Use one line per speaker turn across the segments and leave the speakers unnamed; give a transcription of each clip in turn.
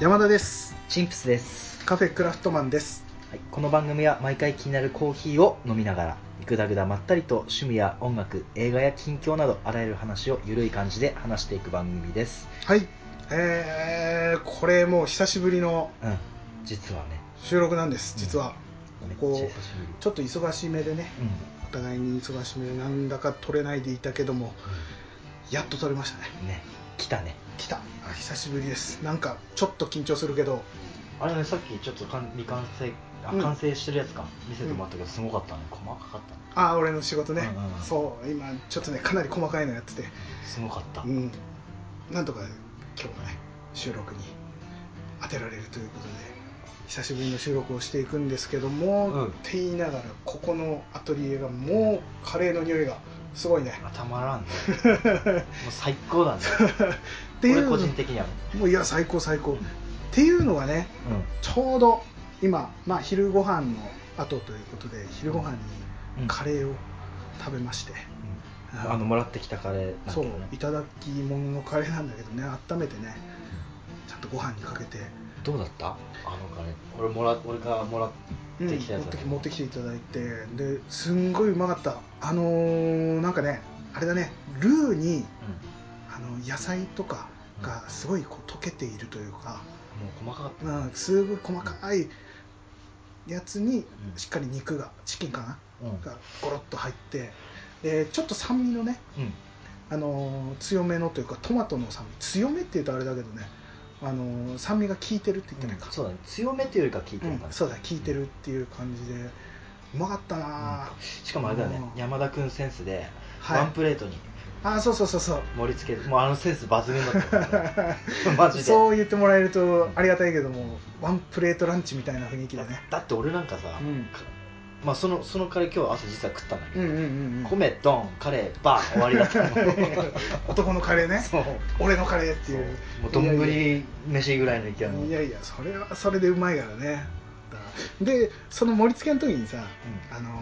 山田です
チンプスです、
カフェクラフトマンです
はい、この番組は毎回気になるコーヒーを飲みながらぐだぐだまったりと趣味や音楽映画や近況などあらゆる話をゆるい感じで話していく番組です
はいえー、これもう久しぶりの
うん実はね
収録なんです実は、
めっちゃ
こう
久しぶり
ちょっと忙しめでね
うん
お互いに忙しめでなんだか取れないでいたけどもやっと取れましたね
うんね来たね
来たあ久しぶりですなんかちょっと緊張するけど
あれねさっきちょっとかん未完成あ
うん
完成してるやつか、見せてもらったけどすごかったね細かかったね
ああ俺の仕事ね、
うんうん
そう今ちょっとねかなり細かいのやってて
すごかった、
うんなんとか今日はね収録に当てられるということで久しぶりの収録をしていくんですけども、
うん
って言いながらここのアトリエがもうカレーの匂いがすごいね
あたま らんね
っ
もう最高だね
てい
俺
う
個人的にはね
もういや最高最高、っていうのがね
う
ちょうど今、まあ、昼ご飯の後ということで昼ご飯
う
に
ん
カレーを食べまして、
あのもらってきたカレーなんだ
そう
けどね
いただき物のカレーなんだけどね温めてねちゃんとご飯にかけて、
どうだったあのカレー俺もら俺がもらっ
うん
て
持
きたやつ
っ
だ
て
け
き
ど
持ってきていただいてですんごいうまかったあのーなんかねあれだねルーに
うん
あの野菜とかがすごいこう溶けているというか、
もう細かかった
うん、すごい細かいやつに
うん
しっかり肉がチキンかな
うん
がゴロッと入ってでちょっと酸味のね
うん
あのー強めのというかトマトの酸味強めって言うとあれだけどねあのー酸味が効いてるって言ってないか、
そうだね強めというよりか効いて
う
る
ん
感じ
そうだ効いてるっていう感じでうまかったなあ、
しかもあれだよね
うん
山田君センスで
はい
ワンプレートに
あーそうそうそうそう
盛り付けるもうあのセンス抜群だったからね マジで
そう言ってもらえるとありがたいけどもワンプレートランチみたいな雰囲気でね
だって俺なんかさ
うん
かまあそのそのカレー今日朝実は食ったんだ
う
け
ん
ど
うんうんうん
米ドンカレーバー終わりだった の
男のカレーね
そう
俺のカレーっていう
もう丼
いやい
飯ぐらいの勢い
や
の
いやいやそれはそれでうまいからねでその盛り付けの時にさ、あのー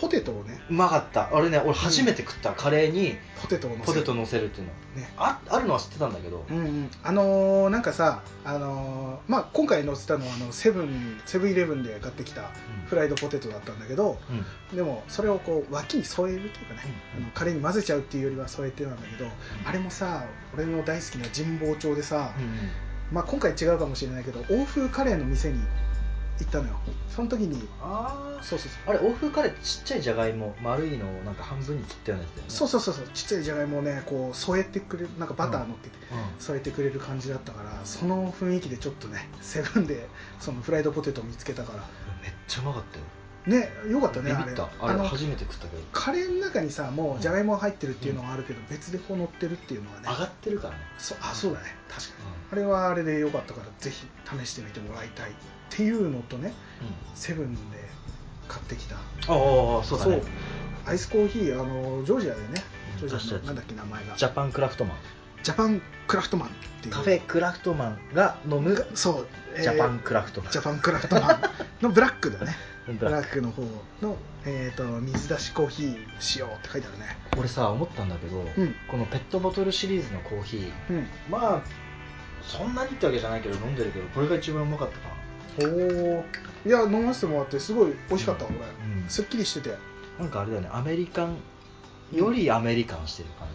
ポテトをね
うまかった俺ね俺初めて食ったカレーに
ポテトをの
ポ
せ
テ
る
ト乗せるっていうの
ね
ああるのは知ってたんだけど
うんうん、あのーなんかさ、あのーまあ、今回載ってたのはあのセブンセブンイレブンで買ってきたフライドポテトだったんだけど、
うん
でもそれをこう脇に添えるというかね、
うん
あのカレーに混ぜちゃうっていうよりは添えてなんだけど、あれもさ俺の大好きな神保町でさ、まあ、今回違うかもしれないけど欧風カレーの店に行ったのよその時に
あ
そうそう
ああれ欧風カレーってちっちゃいじゃがいも丸いのをなんか半分に切ったようなやつだよね
そうそうそうそうちっちゃいじゃがいもをねこう添えてくれるなんかバター乗っけて、
う
添えてくれる感じだったからその雰囲気でちょっとねセブンでそのフライドポテト見つけたか
んめっちゃうまかったよ
らねよかったね
ビビったあ
あ
れ
の
初めて食ったけど
カレーの中にさも
う
うんじゃがいも入ってるっていうのはあるけど、別でこう乗ってるっていうのはね
上がってるからね
そあそうだね確かにあれはあれでよかったからぜひ試してみてもらいたいっていうのとねセブンで買ってきた
ああそうだね
アイスコーヒーあのジョージアでねジョー
出し
ジア
たや
の
つ
なんだっけ名前が
ジ
ジャ
ャパンクラフトマン
パンクラフトマンっていう
カフェクラフトマンが飲む
そう、えー
ジャパンクラフトマン
ジャパンクラ フトマンのブラックだね
うん
ブラックの方の、えー、と水出しコーヒー使用って書いてあるね
俺さ思ったんだけど
うん
このペットボトルシリーズのコーヒー
うん
まあそんなにってわけじゃないけど飲んでるけどこれが一番うまかったかな
おいや飲ませてもらってすごい美味しかったこれ、
うん
すっきりしてて
なんかあれだよねアメリカンよりアメリカンしてる感じ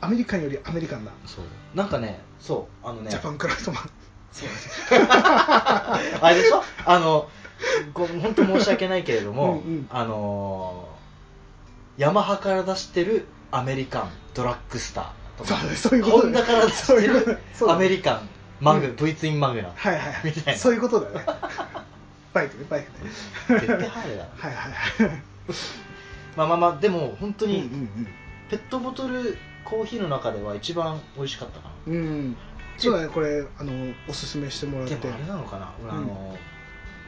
アメリカンよりアメリカンだ、
そうなんかねそうあのね
ジャパンクラフトマン
そう あれでしょあのご本当申し訳ないけれども
うんうん
あのーヤマハから出してるアメリカンドラッグスターと
そ
か
うそういうこ
ホ
と
ンダから出
そう
して
いうこ
る
と そう
アメリカンマグ、
うん
V ツインマグナ
はいはいは
みた
いい
な
そういうことだねバイクねバイクね
絶対ハーレーだ
はいはいはい
まあまあまあでも本当
うん
にペットボトルコーヒーの中では一番美味しかったかな
うんうん、うん、そうだねこれあのおすすめしてもらって
でもあれなのかな俺あ
うん
の、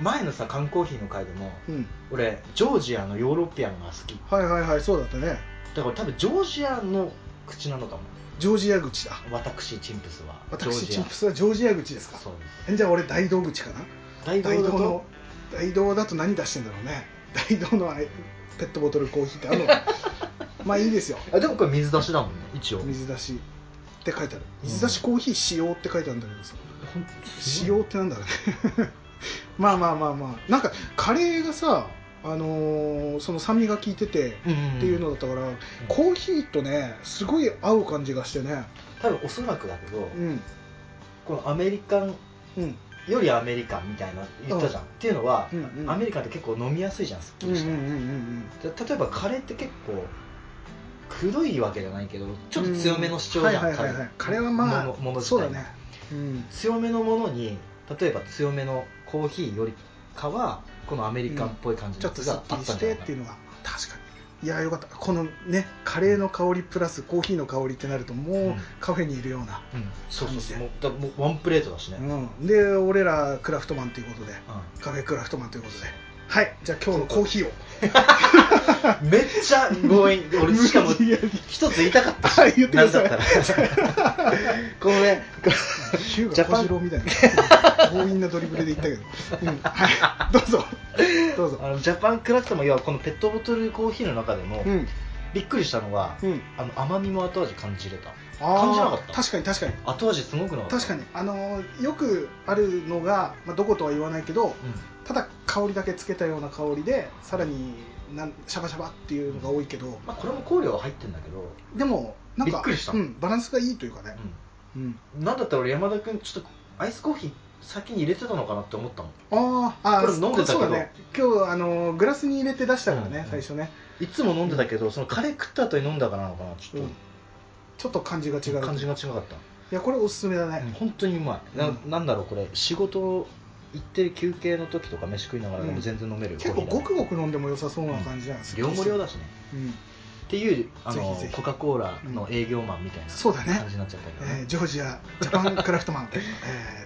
前のさ缶コーヒーの回でも
うん
俺ジョージアのヨーロピアンが好き
はいはいはいそうだったね
だから多分ジョージアの口なのかも
ジョージア口だ
私チンプスは
私チップ
ス
スはジョージア口ですか
そうで
えじゃあ俺大道口かな
す大道
大
だ
道
と
の大道だと何出してんだろうね大道のあいペットボトルコーヒーって あるのかなまあいいですよ
あでもこれ水出しだもんね一応
水出しって書いてある水出しコーヒー使用って書いてあるんだけどさ
ほん
仕
すごい
様ってなんだろうね まあまあまあまあなんかカレーがさあのーその酸味が効いてて
うんうんん
っていうのだったから、コーヒーとねすごい合う感じがしてね
多分おそらくだけど、
うん
このアメリカン
うん
よりアメリカンみたいな言ったじゃん、っていうのは、
うんうん
アメリカンって結構飲みやすいじゃんすっき
うんうん
り
うん
して、
うん
で例えばカレーって結構くどいわけじゃないけどちょっと強めの主張じゃん、
はいはいはいはいカレーはまあ
ものもの自
そう
体
だねうん
強めのものに例えば強めのコーヒーよりかはこのアメリカンっぽい感じ
ち
の
ょ
や
っ
つ
とす
があ
っ
っ
き
た
り
んじ
し
ゃない
てっ
か
ていうのが確かにいやーよかったこのねカレーの香りプラスコーヒーの香りってなるとも
う
うんカフェにいるような、
うん、そうそうそうもうだもうワンプレートだしね、うん
うん、で俺らクラフトマンということでカフェクラフトマンということではいじゃあ今日のコーヒーを
めっちゃ強 引俺しかも
無理やり
一つ言いたかったし
はい言ってください
なんだったら ごめん
ヒュー
ジ
ガ
ャパ
小
ン
次郎 みたいな強引なドリブルで言ったけど、うん、はいどうぞどうぞ
あのジャパンクラフトも要はこのペットボトルコーヒーの中でも、
うん
びっくりしたのは、
うん
あの甘みも後味感じれた
あー
感じなかった
確かに確かに
後味すごくなかった
確かにあのーよくあるのが、まあ、どことは言わないけどただ香りだけつけたような香りでさらになんシャバシャバっていうのが多いけど
まあ、これも香料は入ってるんだけど、
でもなんか
びっくりした
うん、バランスがいいというかね、うん
なんだったら俺山田君ちょっとアイスコーヒー先に入れてたのかなって思ったもん
あーあー
これ飲んでたけど
そうだね今日あのーグラスに入れて出したからね、
うんうん
最初ね、
いつも飲んでたけど、そのカレー食った後に飲んだからなのかなちょっ
うんちょっと感じが違
と、
う
感じが違かっ
いやこれおすすめだ
た、
ね、
本当にうまいな,、
うん
ん、なんだろうこれ仕事行ってる休憩の時とか飯食いながらでも全然飲める、
結構
コ
ご
ーヒー
くごく飲んでも良さそうな感じじゃないです
だね量も量だしね
うん
っていうあの
ぜひぜひ
コカ・コーラの営業マンみたいな
そうだね
感じになっちゃったけどね、
えージョージアジャパンクラフトマン、え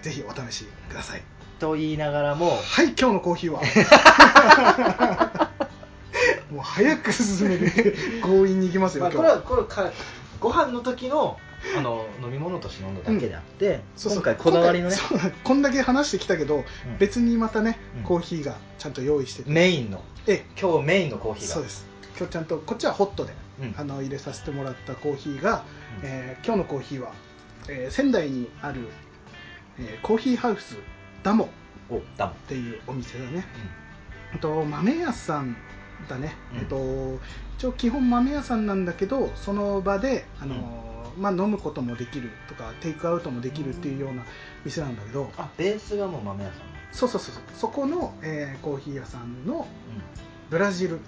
ーぜひお試しください
と言いながらも
はい今日のコーヒー はもう早く進める強引に行きますよ
まあ、
今日
これはこれはかご飯の時のあの飲み物として飲んだだけであって、
そうそう
今回こだわりのね
今、回そうこんだけ話してきたけど、
うん
別にまたね、
うん
コーヒーがちゃんと用意してて、
メインの
え
今日メインのコー
え
ヒーが
そうです今日ちゃんとこっちはホットで、
うん
あの入れさせてもらったコーヒーが、
うん
えー今日のコーヒーは、えー仙台にある、えーコーヒーハウスダモっ
おダム、
ていうお店だねえっと豆屋さんだね、
うん
えっと一応基本豆屋さんなんだけどその場であのー、まあ、飲むこともできるとかテイクアウトもできるっていうような店なんだけど、
あベースがもう豆屋さんだ
そうそうそうそうそこの、えーコーヒー屋さんのブラジル
うん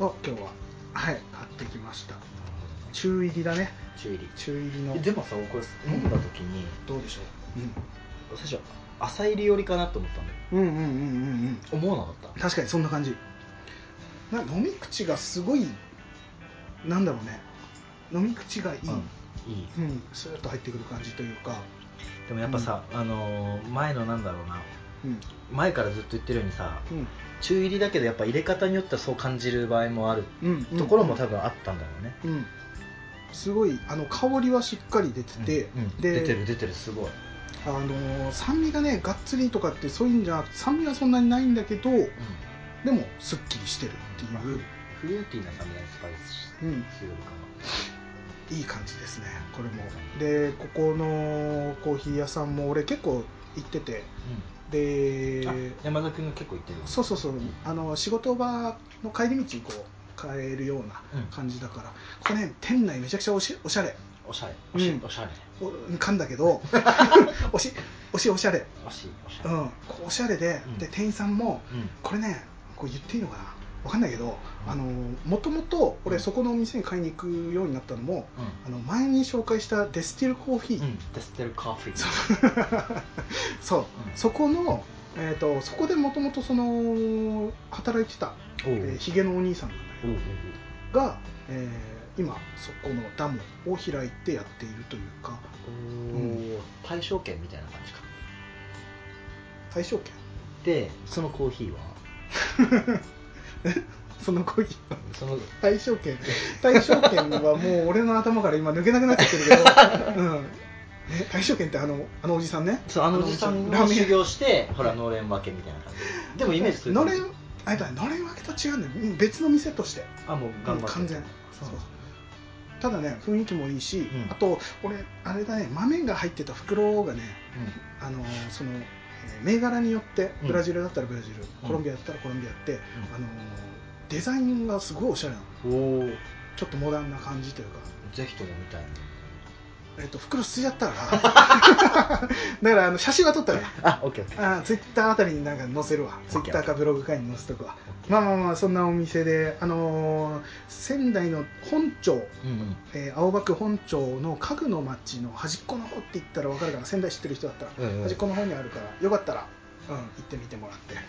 お
を今日ははい買ってきました中入りだね
注意力
中入りの
でもさこれ飲んだ時に
どうでしょ
最初浅入り寄りかなと思ったんだよ
う、うん、うんうんうんうんうん
思わなかった
確かにそんな感じな飲み口がすごいなんだろうね飲み口がいい、
うんいい
うん、スーッと入ってくる感じというか、
でもやっぱさ、あのー前のなんだろうな
うん
前からずっと言ってるようにさ
うん
中入りだけどやっぱ入れ方によってはそう感じる場合もある
うん
ところも多分あったんだろうね、
うん、すごいあの香りはしっかり出てて、
うんうん
で
出てる出てるすごい、
あのー酸味がねがっつりとかってそういうんじゃなくて酸味はそんなにないんだけどでもすっきりしてるっていう、
フルーティーな感じがスパイス
うん、
強いか
いい感じですねこれもでここのコーヒー屋さんも俺結構行ってて
な、
で
あ山田君が結構言ってる
そうそうそうあの仕事場の帰り道にこう帰るような
うん
感じだから、ここね店内めちゃくちゃおしおしゃれ
おしゃれおし,、
うん
おしゃれ
お噛んだけ どおしおしおしゃれ、
おしおしゃ
う
れ、
ん、こうおしゃれで,、
うん
で店員さんも
うん
これねこう言っていいのかなわかんないけど
うん
あのもともと
う
俺
ん
そこのお店に買いに行くようになったのもあの前に紹介したデスティルコーヒー、
うんうんデステルカーフィー
そう そう、
うん
そこの、えー、とそこでもともとその働いてた、
おう
えーヒゲのお兄さんなんだけ
おうおうおう
どが、えー今そこのダムを開いてやっているというか
おう対象券みたいな感じか
大正圏
でそのコーヒーは
そのコーヒーは
その
大正圏大正圏はもう俺の頭から今抜けなくなっちゃってるけ ど、うん、え大正圏ってあのあのおじさんね
そうあのおじさん
ラ
が
ーメン
修行してほらのれん分けみたいな感じでもイメージする
のれんあれだのれん分けと違うんだよ別の店として
あもう頑張って
完全
そう
そうただね雰囲気もいいし、
うん
あと俺あれだね豆が入ってた袋がねあのそのえー銘柄によって
うん
ブラジルだったらブラジル、
うん
コロンビアだったらコロンビアって、あのデザインがすごいおしゃれなの
うん、おお
ちょっとモダンな感じというか、
ぜひとも見たいな
えっと袋捨てちゃ ったからだからあの写真は撮ったよ
あオッケーオッケー
あツイッターあたりになんか載せるわツイッターかブログかに載せとくわまあまあまあそんなお店で、あのー仙台の本町、
うんうん
えー青葉区本町の家具の町の端っこの方って言ったら分かるかな仙台知ってる人だったら
うんうん
端っ
そう
この方にあるからよかったら、うん、行ってみてもらって
だね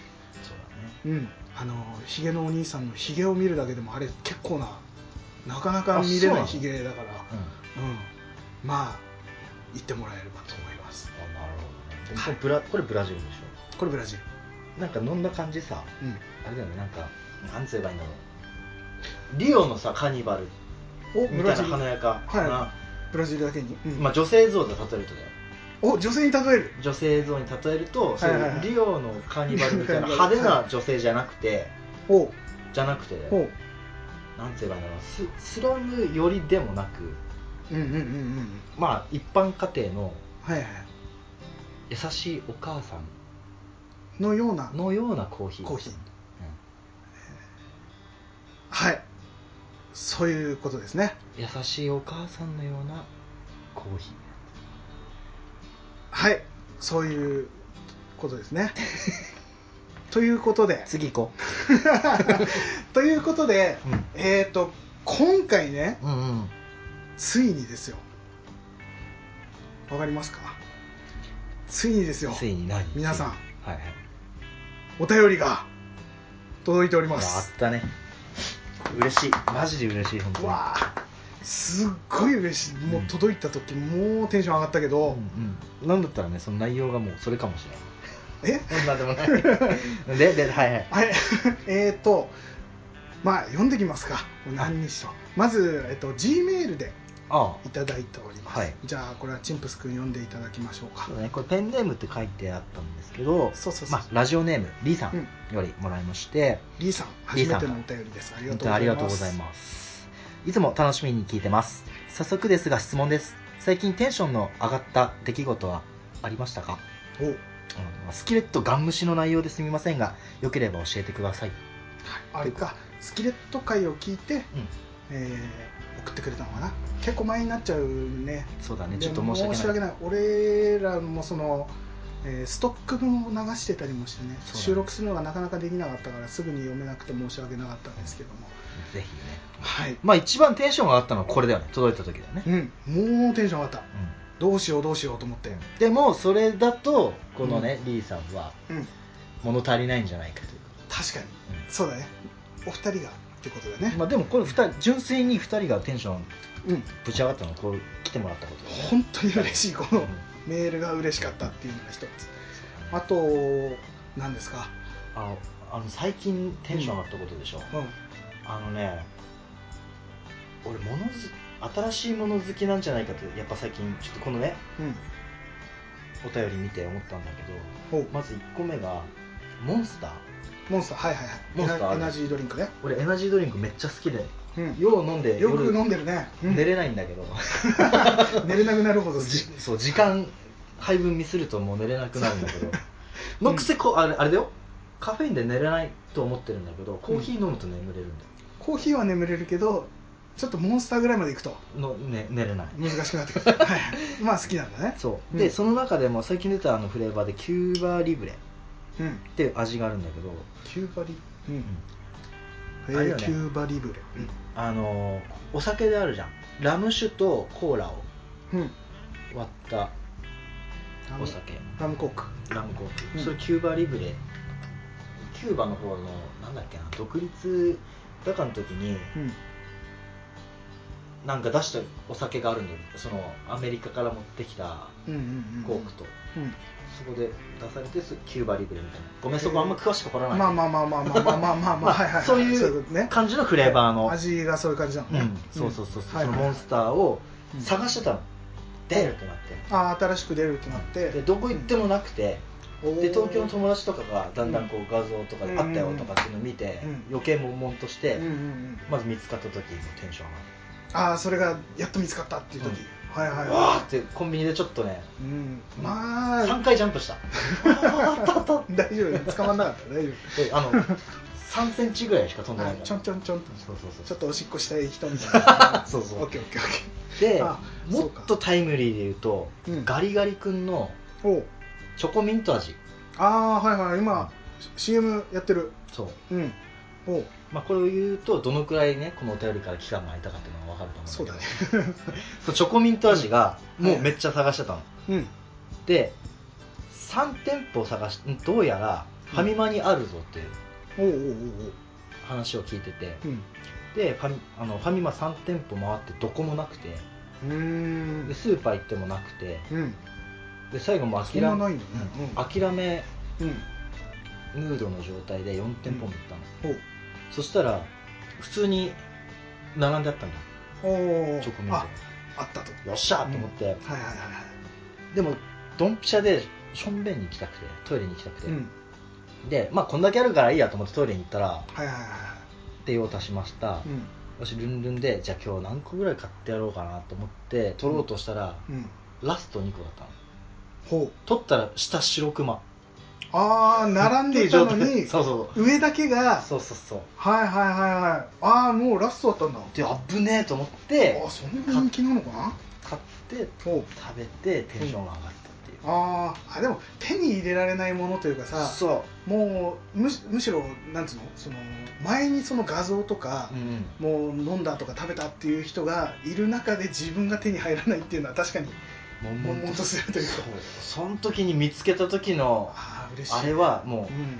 うんあのーひげのお兄さんのひげを見るだけでもあれ結構ななかなか
あ
見
そ
れ
うな
な
の
いひげだからうんまあ行ってもらえればと思います
うんあなるほどね
はい
これブラこれブラジルでし
これブラジル
ょなんか飲んだ感じさ
うん
あれだよねなんかなんつえばいいんだろうリオのさカニバル
お
み
ブ
た
ラ
い
ジル
な華やかな、
はブラジルだけに、うん
まあ、女性像で例えるとだよ
お女性に例える
女性像に例えると、
はいはいはい
そういうリオのカーニバルみたいな派手な女性じゃなくて、
おう
じゃなくてだよ
おう
なんて言えばいいんだろうススラムよりでもなく
うんうんうんうん
まあ一般家庭の
はいはい
優しいお母さん
のような
のようなコーヒー
コーヒーはいそういうことですね
うん優しいお母さんのようなコーヒ
はいそういうことです ねということで
ー次行こと
いう ことで
う、うん、
えっ、ー、と今回ね
うんうん
ついにですよわかりますかついにですよ
ついに何
皆さん
ついにはいはい
お便りが届いており
あ
ま
っ
す
たね嬉しいマジで嬉しい本当に
わあすっごい嬉しいもう届いた時、もうテンション上がったけど、
うんうん、なんだったらねその内容がもうそれかもしれない
え
そんなでもない でではいはい
はい えっとまあ読んできますか何にしろまず、えっと、G メールで
あ
いただいております、
はい
じゃあこれはチンプス君読んでいただきましょう
あ
か
そうだねこれペンネームって書いてあったんですけど
そうそうそう、
まあ、ラジオネームリーさ
うん
んよりもらいまして、
リーさん
リ
初
ーさ
め
ん
てのお便りですありが
本
とう
当
ござ
にあり
い
がと
ま
うござい
す
ますいつも楽しみに聞いてます早速ですが質問です最近テンションの上がった出来事はありましたか、
おはい
うんスキレットガン虫の内容ですみませんがよければ教えてください
あれかスキレット回を聞いて、
ん
えー送ってくれたのかな結構前になっちゃうね
そうだね
で
ちょっと申し訳ない
俺らもその、えーストック分を流してたりもしてね
そうだね
収録するのがなかなかできなかったからすぐに読めなくて申し訳なかったんですけども、
ぜひね
はい、
まあ一番テンションが上がったのはこれだよね届いた時だよね、
うん、もうテンション上がった
うん
どうしようどうしようと思って、
でもそれだとこのね、リーさんは
うん、
物足りないんじゃないかというこ
確かに、
う
そうだねお二人がってことだ
と
ね
で、、まあ、でもこれ二人純粋に2人がテンション
うん、
ぶち上がったのはこう来てもらったことだよね
本当に嬉しいこ
う
の
ん
メールが嬉しかったっていうのが一つあ
あ
と何ですか、
ああの最近テンション上がったことでしょ、
うん、
あのね俺物好き新しいもの好きなんじゃないかとやっぱ最近ちょっとこのね
うん、
お便り見て思ったんだけど
お
まず1個目がモンスター
モンスターはいはいはい
モンスターあ
エ
る
ナエナジードリンクね、
俺エナジードリンクめっちゃ好きで
うん、
よう飲んで
よく
夜
飲んでるね、うん
寝れないんだけど
寝れなくなるほど好
じ
き
そう時間配分ミスるともう寝れなくなるんだけ どのくせこあれあれだよカフェインで寝れないと思ってるんだけどコーヒー飲むと眠れるんだよ、
コーヒーは眠れるけどちょっとモンスターぐらいまでいくと
のね、寝れ ない
難しくなってくるはい はいまあ好きなんだね
そう
うん
で、その中でも最近出たあのフレーバーでキューバリブレっ
うん
ていう味があるんだけど、
キューバリうんえ
あれ
ー
よね
キューバリブレ
あのーお酒であるじゃんラム酒とコーラを
うん、うん、
割った
ラ
お
ム
酒
ラムコーク
ラムコーヒ
う
ー
ん
それキューバリブレキューバの方のなんだっけな独立だかの時に、
うん
なんか出したお酒があるんだよそのアメリカから持ってきた
うんうんうん
コークと、
うん
そこで出されてそキューバリブレみたいなごめんそこあんま詳しく掘らない、
まあまあまあまあまあまあまあまあまあはいはいは
そういう
ことね
感じのフレーバーの、
味がそういう感じなの
う
ね、
ん、そうそうそう、
はい
そ
は
の
い
モンスターを
うん
探してたの、出るってなっ
あー新しく出るってなって
で
て
どこ行ってもなくて、
おー
で東京の友達とかがだんだんこう画像とかであったよとかっていうのを見て、
うん
余計悶々として、
うんうんうん
まず見つかった時もテンション上がる
ああそれがやっと見つかったっていう時、はいはい
わー
は
ってコンビニでちょっとね
いうんまあ
3回ジャンプした
大丈夫捕まんなかった大丈
であの3センチぐらいしか飛ん
夫
で
は
ない
い
から
ちょんちょんちょんと
そうそうそう
ちょ っとおしっこしたい人みたいな
そうそう
オッケーオッケーオ
で
あ
も
そう
っ
か
とタイムリーで言うと、
うん
ガリガリ君の
ッケーおう
チョコミント味
ああはいはい今 CM やってる
そう、
うんおう
まあ、これを言うとどのくらいねこのお便りから期間が空いたかっていうのが分かると思うんだけ
そ
ど
うだ ね
そうチョコミント味が
うん
もうめっちゃ探してたの、
うん
で3店舗探しどうやらファミマにあるぞっていう
おうおうおう
話を聞いてて、
おううん
でファミあのファミマ3店舗回ってどこもなくて
うーん
でスーパー行ってもなくて
うん
で最後も
そ
諦
ん
め
なないんだね
うん諦め
うんうん
ムードの状態で4店舗も行ったの、
おう
そしたら普通に並んであったんだ
おう
チョコミン
あ
ト
あったと
よっしゃーと思って、
はいはいはいはい
でもドンピシャでしょんべんに行きたくてトイレに行きたくて、
うん
でまあこんだけあるからいいやと思ってトイレに行ったら
はいはいはいは
手を足しました
い、うん
私ルンルンでじゃあ今日何個ぐらい買ってやろうかなと思って取ろうとしたら、
うん
ラスト2個だったの
ほう
取ったら下白熊
ああ並んでいたのに
そうそう
上だけが
そうそうそう
はいはいはいはいああもうラストだったんだ
であぶねえと思って
あそんな人気なのかな
買って
ほう
食べてテンションが上がったっていう、
あーあでも手に入れられないものというかさ
そ
もうむしむしろなんつうのその前にその画像とか
う、う、ん、
もう飲んだとか食べたっていう人がいる中で自分が手に入らないっていうのは確かに
も
悶々とするというか
そうその時に見つけた時の
ああ嬉しい
あれは
う
もうん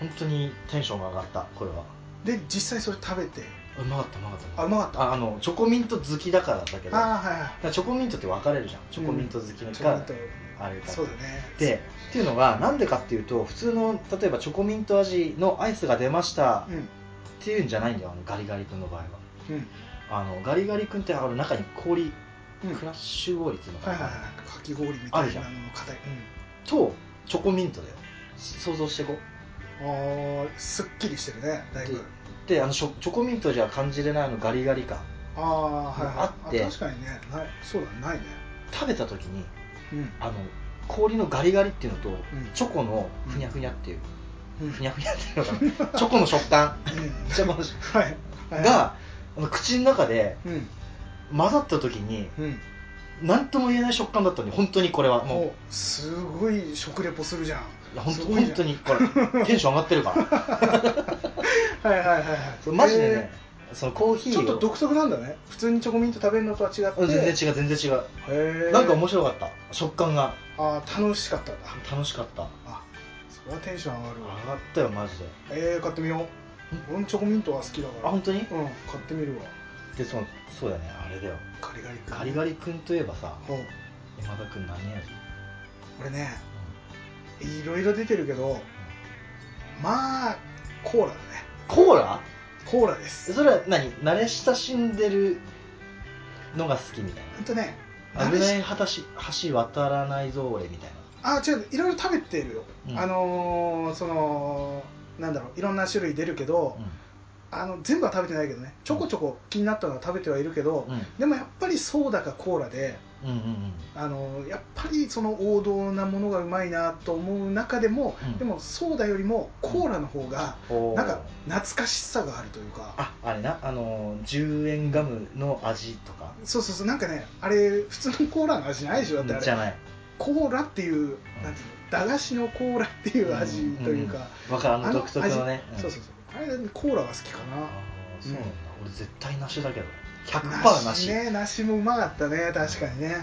本当にテンションが上がったこれは
で実際それ食べて
うまかったうまかった
あうまかった
ああのチョコミント好きだからだけどだか
ああはいはい
らチョコミントって分かれるじゃんチョコミント好き
ちょ
が
っと
あれだ
そうだね
でっていうのがなんでかっていうと普通の例えばチョコミント味のアイスが出ました
うん
っていうんじゃないんだよあのガリガリ君の場合は
うん
あのガリガリ君ってあの中に氷
うん
クラッシュ氷っていうのか
はい
な、
はいはいかき氷みたいなのの硬い
とチョコミントだよ想像していこう
うんああすっきりしてるねだいぶ
であのしょチョコミントじゃ感じれないあのガリガリ感
ああはいはい
あって
確かにねないそうだないね
食べた時に
うん
あの氷のガリガリっていうのと、
ん
チョコのふにゃふにゃっていう、
うん
ふにゃふにゃっていうのかなチョコの食感
うん
チョコの食
はいはい
があの口の中で
うん
混ざった時に
うん
何とも言えない食感だったのに本当にこれはも
もうすごい食レポするじゃん
ういや本当
すごい
本
じゃん
当にこ れテンション上がってるから
はいはいはいはい
そうマジでね
え、
そのコー
ー
ヒー
ちょ
を
っと独特なんだね普通にチョコミント食べるのとは違って
うん全然違う全然違う、
へー
なんか面白かった食感が
あー楽しかったんだ
楽しかった
あそれはテンション上がる
上
わ
がったよマジで
えー、買ってみよう俺もチョコミントは好きだから
あ本当に
うん買ってみるわ
でそのそうだよねあれだよ
ガリガリ
ガリガリ君といえばさ
ほう
山田君何味
俺ねいろいろ出てるけどまあコーラだね
コーラ
コーラです
それは何慣れ親しんでるのが好きみたい
ほんとね
な
慣
危
れ
な
し
い橋橋渡らないぞ俺みたい
あ違ういろいろ食べてるよ、
うん
あのー、そのなんだろういろんな種類出るけど、
な
あの全部は食べてないけどねちょこちょこ気になったのは食べてはいるけど、
うん
でもやっぱりソーダかコーラで、
うんうんうん
あのやっぱりその王道なものがうまいなと思う中でも、
うん
でもソーダよりもコーラの方が
おー
なんか懐かしさがあるというか、
ああれなあのー10円ガムの味とか
そうそうそうなんかねあれ普通のコーラの味ないでしょだってあれ
じゃない
コーラっていうなんていうの駄菓子のコーラっていう味というか、
んわかるあの独特のね
そうそう
う
そうあれコーラが好きか
んあ
な
ーそうなんだ俺絶対梨だけど
梨
100%梨
ね梨もうまかったね確かにね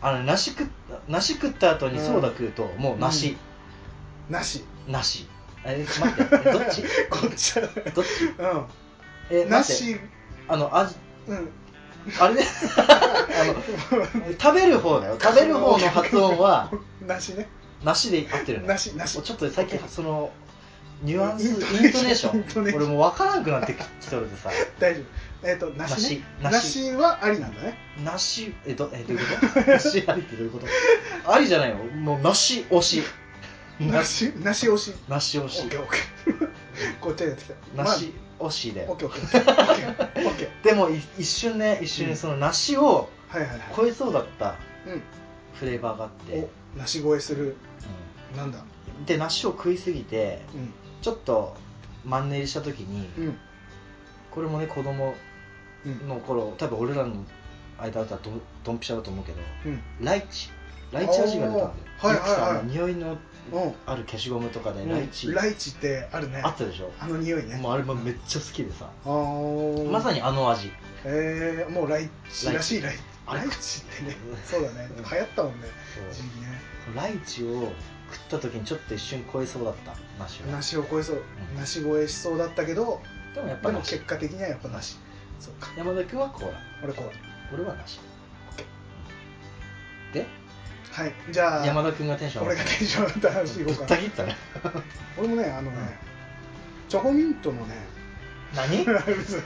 あの梨食っ梨食った後にソーダ食うともう梨
梨
梨え待ってえどっち
こっちは
どっち
う
え
ん
待って
梨
あのあ
うん
あれねあの食べる方だよ食べる方の発音は
梨ね
梨で合ってるの
梨梨
ちょっと最近そのニュアンスイ
イ
ン
ン
ト
ト
ネ
ネ
ー
ー
シ
シ
ョ
ョン
ン
イントネーション
俺もう分からなくなってきとるでさ
大丈夫えっ、と梨ね
梨
梨はありなんだね
梨えどえどういうこと 梨ありってどういうことありじゃないよもう梨推し
梨梨推し
梨推
オッ
し
ケーオッケーこっちゃやってきた
梨推惜しいだ
オッ
よ
ケーオッケーオッ ケーオッケーオッケー
でもい一瞬ね一瞬
う
ね
ん
その梨を
はいはいは
超えそうだった
い、
フレーバーがあって、
うん、おなし声するなんだ
うんで梨を食いすぎて
うん
ちょっとマンネリした時に、
うん
これもね子供
うん
の頃多分俺らの間だったらドンドンピシャだと思うけど
うん
ライチライチ味が出たん
おーは
だ
いはいは
よよく
い
さあの匂いの
うん
ある消しゴムとかで
うん
ライチ、
ライチってあるね
あったでしょ
あの匂いね
もうあれもめっちゃ好きでさ
あー
まさにあの味
えー、もうライチらしいライ
あれ
ライチってね
うん
そうだね
うん
流行ったもんね一時
そ
期ね
うライチを食った時にちょっと一瞬超えそうだった梨は
梨を超えそう
うん
梨越えしそうだったけど
でもやっぱ
でも
梨
結果的にはやっぱ梨そうか
山田君はコーラ
俺こう
俺は梨で
はいじゃあ
山田君がテンション
俺がテンション上がった話いこう
ぶっ
か
た 切ったね
俺もねあのね、
うん
チョコミントのね
何
嘘です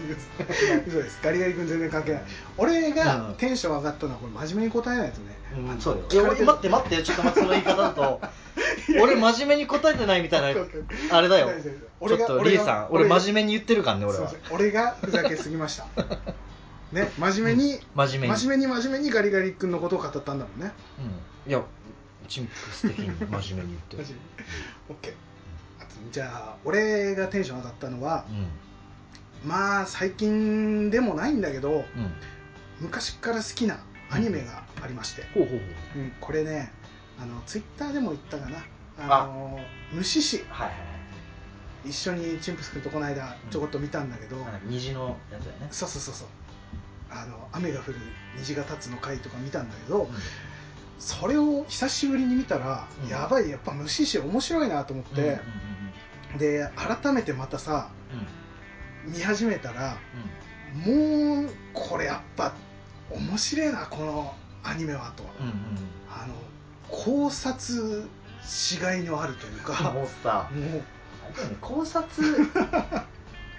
嘘ですガリガリ君全然関係ない俺
う
が
ん
テンション上がったのはこれ真面目に答えないとね、あ
うん
の
そうよ。い
疲
や
れて
俺
る
待って待って、ちょっと待って、その言い方だ と、俺真面目に答えてないみたいな、あれだよ
大丈夫。
ちょ
俺が
っと
俺
リエ
が
さん、俺
俺が
真面目に言ってるからね、俺
すい
は
ませ。ん俺がふざけすぎましたね真面目に、
真面目に。
真面目に真面目にガリガリ君のことを語ったんだもんね
うん。いや、チンプス的に真面目に
真
言
面
ってる。
目 OK あとじゃあ俺がテンション上がったのは、まあ最近でもないんだけど
うん。うん。
昔から好きなアニメがありまして、
ほうほうほう。
うんこれねあのツイッターでも言ったかなあの虫師
はいはい
一緒にチンプス君とこの間ちょこっと見たんだけど、
はい。虹のやつだよね。
そうそうそうそうあの雨が降る虹が立つの回とか見たんだけど、それを久しぶりに見たら、
うん
やばいやっぱ虫師面白いなと思って、
うんうんうん
で改めてまたさ
うんうん
見始めたらもうこれやっぱ面白いなこのアニメはと、
うんうん
あの考察しがいのあるというか、
もうさ、
もう
あれだよね考 察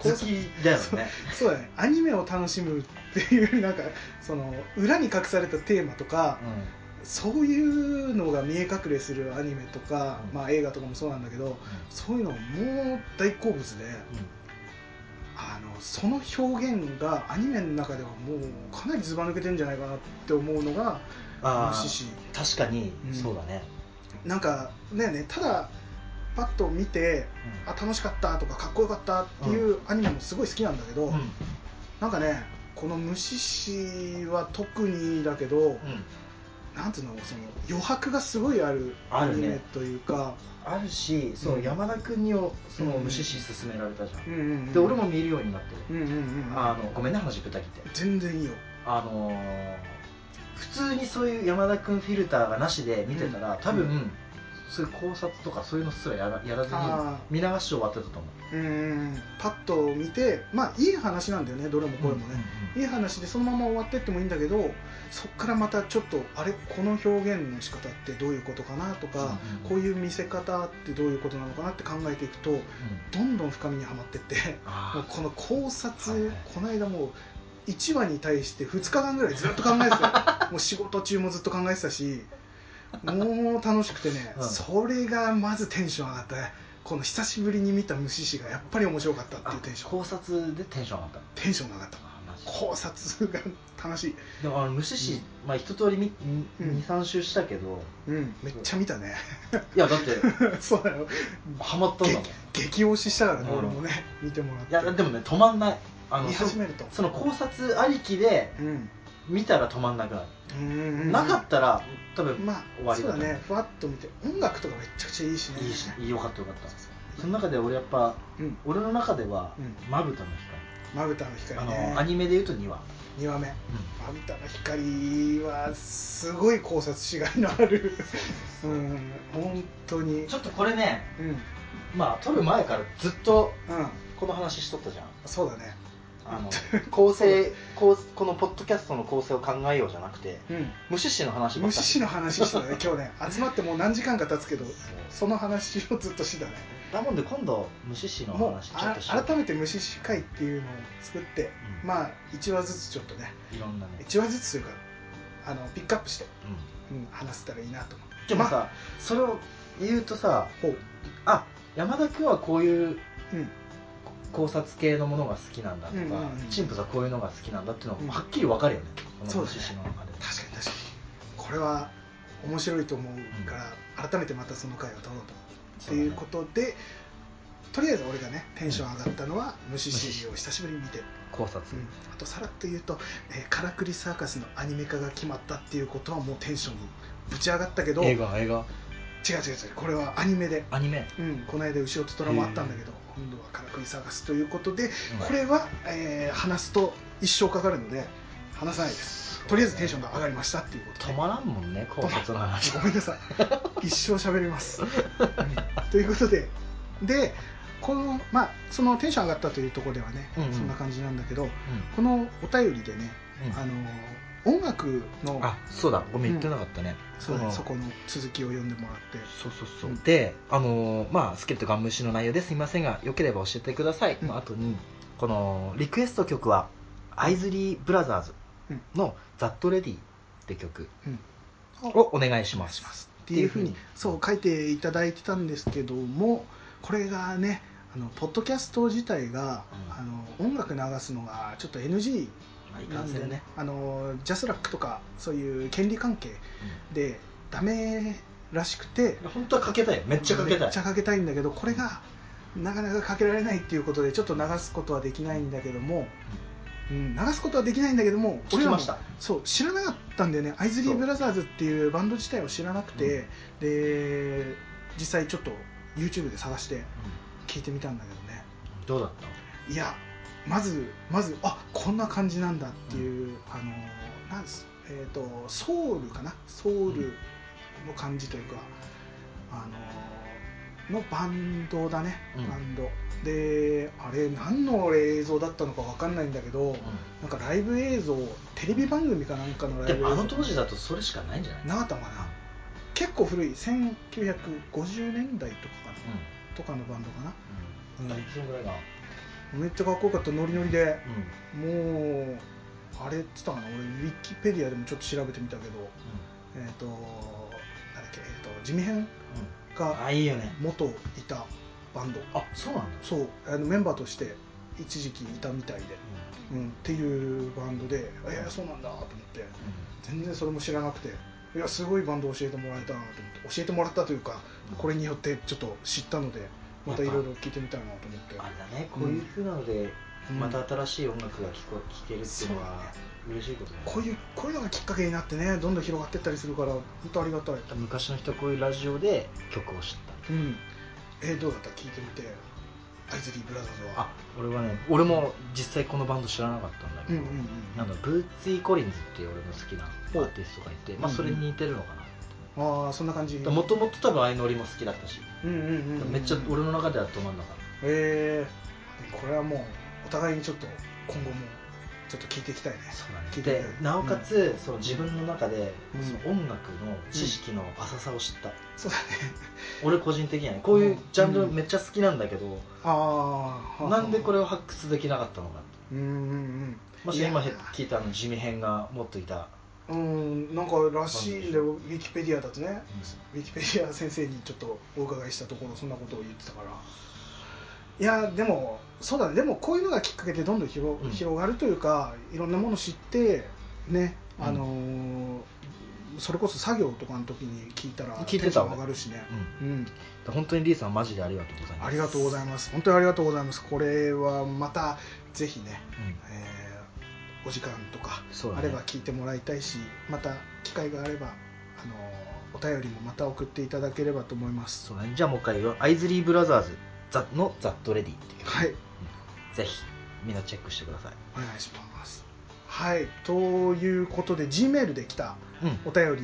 好きだよね。
そうだねアニメを楽しむっていうなんかその裏に隠されたテーマとか、そういうのが見え隠れするアニメとか、
うん
まあ、映画とかもそうなんだけど
う
そういうのもう大好物で
んうん
あのその表現がアニメの中ではもうかなりずば抜けてんじゃないかなって思うのが
あ
虫
ー
師
確かに
うん
そうだね、
なんかねねただパッと見てあ楽しかったとかかっこよかったっていうアニメもすごい好きなんだけど、
うんうん
なんかねこの虫師は特にだけど、なんていうのその余白がすごいある
あ
ア
る
ニ
ね
メというか、
あるしそう、
うん
山田君にをその
うん
無視し勧められたじゃん、
うんうんうん
で俺も見るようになってる、
うんうんうん
あのごめんね話ぶった切って
全然いいよ
あのー普通にそういう山田君フィルターがなしで見てたら、多分、
う
そういう考察とかそういうのすらやらやらずに
あ
見流し終わってたと思
う
う
んうんうんパッと見てまあいい話なんだよねどれもこれもね、いい話でそのまま終わってってもいいんだけどそっからまたちょっとあれこの表現の仕方ってどういうことかなとか、こう
いう
いう見せ方ってどういうことなのかなって考えていくとどんどん深みにはまってって
あ
もうこの考察、
はいはい
この間もう1話に対して2日間ぐらいずっと考えてた よもう仕事中もずっと考えてたしもう楽しくてね、
うん
それがまずテンション上がったねこの久しぶりに見た虫師がやっぱり面白かったっていうテンション
考察でテンション上がった
テンションが上がった
あーマジで
考察が楽しい、
でもあの無視し、まあ一通りみ
うん
23、3周したけど
うん、めっちゃ見たね
いやだって
そうだよ
ハマったんだもんい
激推ししたからね、
うん
俺もね見てもらって
やでもね止まんないあの
見
そ
始めると
その考察ありきで
うん
見たら止まんなくなる、
うんうんうん
なかったら多分、
ま
終
あ
わり
そう
だ
だ
ね
ねふわっと見て音楽とかめちゃくちゃいいしね
いいしよかったよかったその中で俺やっぱ
うん
俺の中では
うん
「まぶたの
まぶたの
光」あ
光
の、
ね
アニメで言うと2話、
2話目まぶたの光はすごい考察しがいのあるうん本当に
ちょっとこれね
うんうん
まあ撮る前からずっとこの話しとったじゃん
そうだね
あの構成こうこのポッドキャストの構成を考えようじゃなくて
うん
無視しの話ばっ
虫
かり
師の話してたね今日ね集まってもう何時間か経つけどその話をずっとしてたね
だもんで今度虫師の
もう
話ちょっ
あ
としよう
改めて虫師会っていうのを作って
うん
まあ1話ずつちょっとね
いろんなね、
1話ずつというかあのピックアップして、
う
うん、話せたらいいなと思って
ん、でもさ、
まあ
それを言うとさ
ほう
あ山田君はこういう
うん
考察系のものが好きなんだとか、
うんうんうん
チンプスはこういうのが好きなんだっていうのがはっきり分かるよね、こ
そう
の
だね
趣旨の中で。
確かに確かにこれは面白いと思うから、改めてまたその回を撮ろうとっていうことで、とりあえず俺がねテンション上がったのは「虫シリーを久しぶりに見て、
考察、
うんあとさらっと言うと「えーからくりサーカス」のアニメ化が決まったっていうことはもうテンションぶち上がったけど違
映
う
画、映
違う
画、
違うこれはアニメで、
アニメ、
うん、この間後ろと虎もあったんだけど今度は「からくりサーカス」ということで、
ん
これは、えー話すと一生かかるので話さないです、とりあえずテンションが上がりましたっていうことで
止まらんもんね、考察の話。
ごめんなさい一生喋ります、うんということででこのまあそのテンション上がったというところではね、
うんうん
そんな感じなんだけど
うん
このお便りでね、
うん
あの音楽の
あそうだごめん言ってなかったね、
そうだ
の
そこの続きを読んでもらって
そうそうそう、
うん
であのーまあスケルトガン虫の内容ですいませんがよければ教えてください、
うん
の後にこのリクエスト曲はアイズリー・ブラザーズの「ザットレディって曲をお願いし
お願
ま
い
す
しますっていうふうにそう書いていただいてたんですけどもこれがねあのポッドキャスト自体が、
うん
あの音楽流すのがちょっと NG
まあいか
なんん
せ
で
んね、
あのジャスラックとかそういう権利関係でダメらしくて
本当はかけたいめっちゃかけた
め
い
っちゃかけたいんだけどこれがなかなかかけられないっていうことでちょっと流すことはできないんだけども、うん、流すことはできないんだけども
聞き
らも
ました
そう知らなかったんだよねアイズリー・ブラザーズっていうバンド自体を知らなくて、で実際ちょっと YouTube で探して聞いてみたんだけどね
どうだっ
いやまずまずあこんな感じなんだっていう、あのなんすえっ、とソウルかなソウルの感じというか、あののバンドだね、
うん
バンドであれ何の俺映像だったのかわかんないんだけど、
た
なんかライブ映像テレビ番組かなんかのラ
で
イブ
もあ
映
の
像
当時だとそれしかないんじゃない
なかったのかな結構古い1950年代とかかな、とかのバンドかな
うんうん、そのぐらいが、
めっちゃかっこよかったノリノリで、
うんうん
もうあれっつったかな俺ウィキペディアでもちょっと調べてみたけどえっ、となんだっけ、えー、と地味編
うん、
が
あいいよね
元いたバンド
あそうなんだ、
そうあのメンバーとして一時期いたみたいで、うん、っていうバンドでえー、そうなんだと思って全然それも知らなくていやすごいバンド教えてもらえたなと思って教えてもらったというかこれによってちょっと知ったのでまたいろいろ聞いてみたいなと思って
あれだねこういうふうなので、
うん
また新しい音楽が聴こ聴けるっていうのは嬉しいことだね
こういうこういうのがきっかけになってねどんどん広がってったりするから本当ありがたい
昔の人はこういうラジオで曲を知っ
うん、えーどうだった聞いてみてアイズリー・ブラザーズ
た
は
あ俺はね俺も実際このバンド知らなかったんだ
う
け
ん
ど、
うんうん
なんだブーツィ・コリンズっていう俺の好きなアーティストがいて、まあ、それに似てるのか
ああそんな感じ
なもともと多分ああいうノリも好きだったし、
うんうんうんうん
めっちゃ俺の中では止まんなかった
えー、これはもうお互いにちょっと今後もちょっと聞いていきたいね
そうだね
聞いて
で
みたい
なおかつ、
うん
その自分の中で、
うん
その音楽の知識の浅さを知った、
そうだね
俺個人的にはねこういうジャンル
うん
めっちゃ好きなんだけど、
ああ
なんでこ
れ
れを発掘できなかったのかっ
う
て
んうん
もし今
いや
聞いたあの地味編が持っていた、
うんうんなんからしいんでウィキペディアだとねウィキペディア先生にちょっとお伺いしたところそんなことを言ってたからいやでもそうだねでもこういうのがきっかけでどんどん広,、
うん
広がるというかいろんなもの知ってね
うん
あのーそれこそ作業とかの時に聞いたら
聞いてた
テンション上がるしね、
うん
うん、
本当にリーさんマジでありがとうございます
ありがとうございます本当にありがとうございますこれはまたぜひね、えーお時間とか
そうだ
あ
ね
れば聞いてもらいたいしまた機会があればあのお便りもまた送っていただければと思います
そうだねじゃあもう一回言うよアイズリー・ブラザーズザの「ザットレディっていう
はい
ぜひみんなチェックしてください
お願いしますはいということで G メールで来た
うん
お便り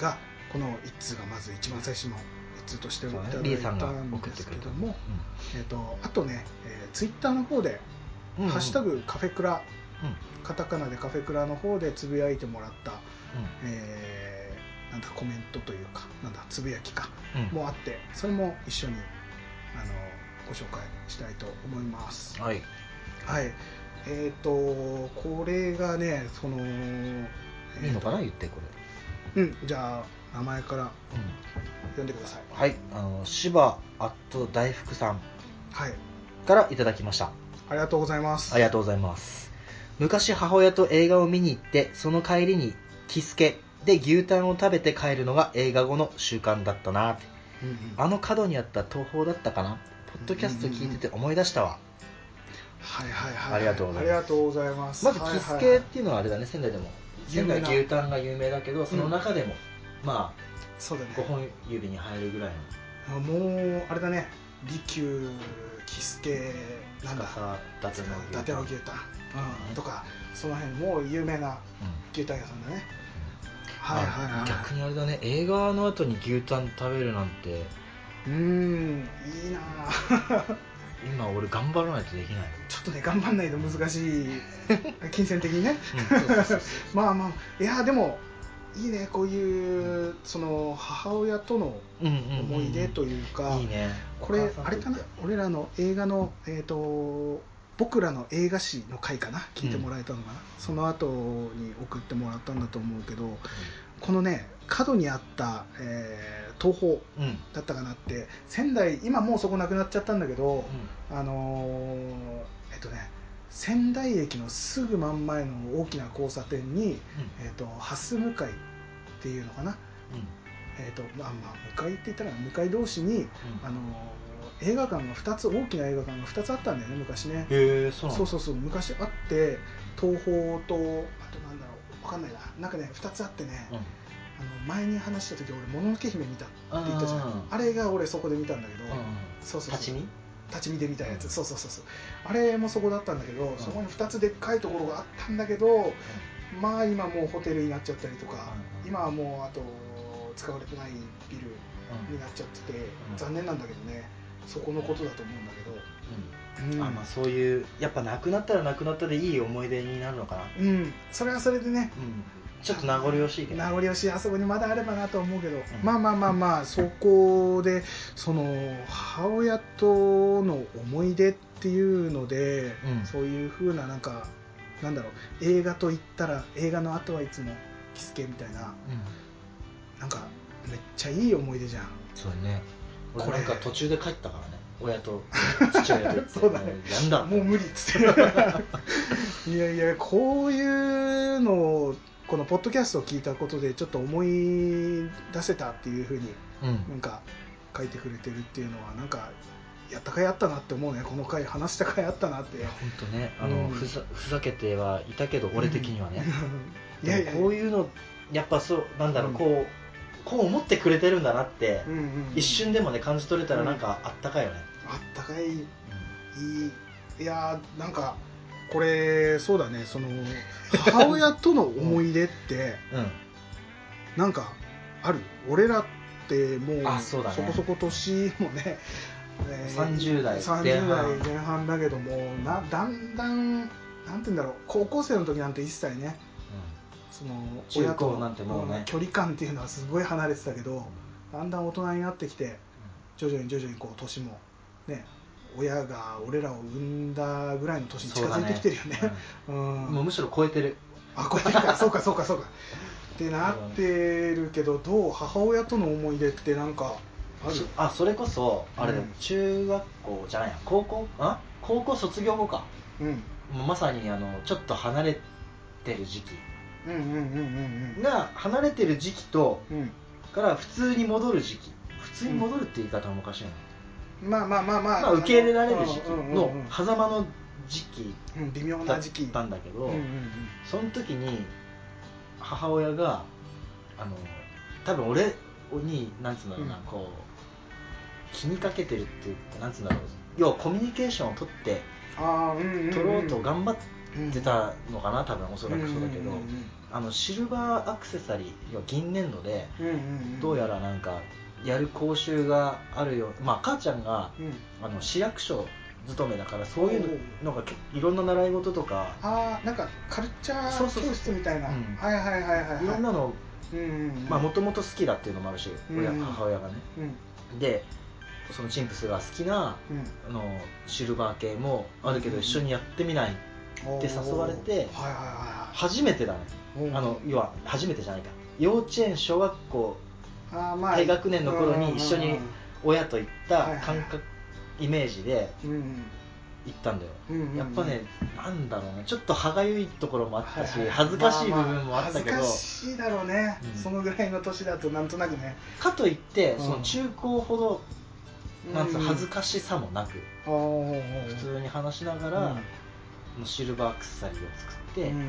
がこの1通がまず一番最初の1通としていただいたん
リーさんが送っ
で
て
す
く
け
れた
ども、えっとあとね、えー、ツイッターの方で「ハッシュタ
グ
グカフェクラ」カタカナでカフェクラの方でつぶやいてもらった、えーなんだコメントというかなんだつぶやきかもあってそれも一緒にあのご紹介したいと思います
はい
はいえっ、とこれがねその
いいのかな
えー
言ってこれ
とうんじゃあ名前から
うん
読んでください
はいあの芝アット大福さん
はい
からいただきました
ありがとうございます
ありがとうございます昔母親と映画を見に行ってその帰りに着付けで牛タンを食べて帰るのが映画後の習慣だったなって
うんうん
あの角にあった東宝だったかなポッドキャスト聞いてて思い出したわ、
はいはいはい
ありがとうございます
ありがとうございます
まず着付けっていうのはあれだね仙台でも
有
仙
名
台
な
牛タンが有名だけどその中でも、ま
そうだ
あ5
ね
本指に入るぐらいの
あもうあれだね利休着付けなんだ
司伊達の
伊
牛
達
タン
の牛タン、うん、とかその辺も有名な牛タン屋さんだねはいはい
あ
はい
逆にあれだね映画の後に牛タン食べるなんて
うーんいいなあ
今俺頑張らないとできない
ちょっとね頑張んないと難しい金銭的にね
うんそうそうそう
まあまあいやでもいいねこういうその母親との
うんうんうん
思い出というか、
いいね
これ
お母さん
あれかな
と
俺らの映画のえっ、と僕らの映画史の回かな聞いてもらえたのかな、その後に送ってもらったんだと思うけどこのね角にあった、えー東宝
うんうん
だったかなって仙台今もうそこなくなっちゃったんだけど、あのーえっとね仙台駅のすぐ真ん前の大きな交差点に、えっと蓮向かいっていうのかな、
うんうん
えっとまあまあ、向かいって言ったら向かい同士に、あのー映画館が2つ大きな映画館が2つあったんだよね昔ね、
へえそうな
そ
の
うそうそう昔あって東宝とあとなんだろうわかんないななんかね2つあってね、
うん
あの前に話した時俺「もののけ姫」見たって
あー
言ったじゃんあれが俺そこで見たんだけど、
うんうん
そうそうそう
立ち見
立ち見で見たやつ、
うん
そうそうそうそうあれもそこだったんだけど、そこに2つでっかいところがあったんだけどまあ今もうホテルになっちゃったりとか、
うん
今はもうあと使われてないビル
うん
になっちゃってて、
ん
残念なんだけどねそこのことだと思うんだけど、
う
うんん
あまあそういうやっぱなくなったらなくなったでいい思い出になるのかな
うん、それはそれでね
うんちょっと名残惜しいけど
名残惜しいあそこにまだあればなと思うけど、
ん
まあまあまあまあそこでその母親との思い出っていうので、
うん
そういう風ななんかなんだろう映画といったら映画の後はいつも着付けみたいな
うん
なんかめっちゃいい思い出じゃん
そうね俺
これ
なんか途中で帰ったからね親 と父親と行って
そうだね
もやんだろ
もう無理っつって いやいやこういうのをこのポッドキャストを聞いたことでちょっと思い出せたっていう風に
うん
なんか書いてくれてるっていうのはなんかやったかいあったなって思うねこの回話したかいあったなって
本当ねあの、
うん
ふざふざけてはいたけど俺的にはね、
いやいや
でもこういうのやっぱそうなんだろう、
うん
こうこう思ってくれてるんだなって、
うんうんうん
一瞬でもね感じ取れたらなんかあったかいよね、
あったかいいいいやーなんかこれそうだねその母親との思い出 って
うん、
なんかある俺らってもう
あそうだね
こそこ年もねえー
30代前
30
半
代前半だけどもなだんだんなんて言うんだろう高校生の時なんて一切ねその
中
親と
高なんてもうね
距離感っていうのはすごい離れてたけどだんだん大人になってきて徐々に徐々にこう年もね親が俺らを産んだぐらいの年に近づいてきてるよね
そうだね
う
うん
ん、
もうむしろ超えてる
あこうやってかそうかそうかそうかってなってるけどどう母親との思い出ってなんかある
あそれこそあれだよ、
うん
中学校じゃないや高校あ高校卒業後か
うん
もうまさにあのちょっと離れてる時期
うんうんうんうん
が離れてる時期と
うんうん
から普通に戻る時期普通に戻るって言い方もおかしいな、
まあまあまあまあ、
まあ、受け入れられる時期
う
の
んうんうん
狭間の時期
うん微妙
だ
な
っ
時期
たんだけど、
うんうん
その時に母親があの多分俺になんつうんだろうな、
うん
こう気にかけてるっていうかなんつうんだろう要はコミュニケーションを取って
ああうんうんん
取ろうと頑張ってたのかな多分おそらくそうだけど、
んんん
あのシルバーアクセサリー要は銀粘土で
うんうんうん
どうやらなんかやる講習があるよまあ母ちゃんが
うん、
あの市役所勤めだからそういうのが結構いろんな習い事とか
ああなんかカルチャ
そう
ー
そうそう
教室みたいな
うん
はいはいはいはいはい
いろんなの
うんうんうん
まあもともと好きだっていうのもあるし親
うん
母親がね
うん
でそのチンプスが好きな
う
あのシルバー系もあるけど
うん
一緒にやってみない
ん
で誘われて
はいは
初めてだね
いはいはい
あの要は初めてじゃないか幼稚園小学校
あーまあ
低学年の頃に一緒
うん
に親と行った感覚イメージで
うんうんうん
行ったんだよ、
うんうんうん
やっぱねなんだろうなちょっと歯がゆいところもあったし、
はいはい
恥ずかしい部
まあまあ
分もあったけど、
恥ずかしいだろうね、
うん
そのぐらいの年だとなんとなくね、
かといって、
うん
その中高ほどなんつうの
うん
恥ずかしさもなく、
あー
普通に話しながら、
うん
もうシルバーアクセサリーを作って、
うん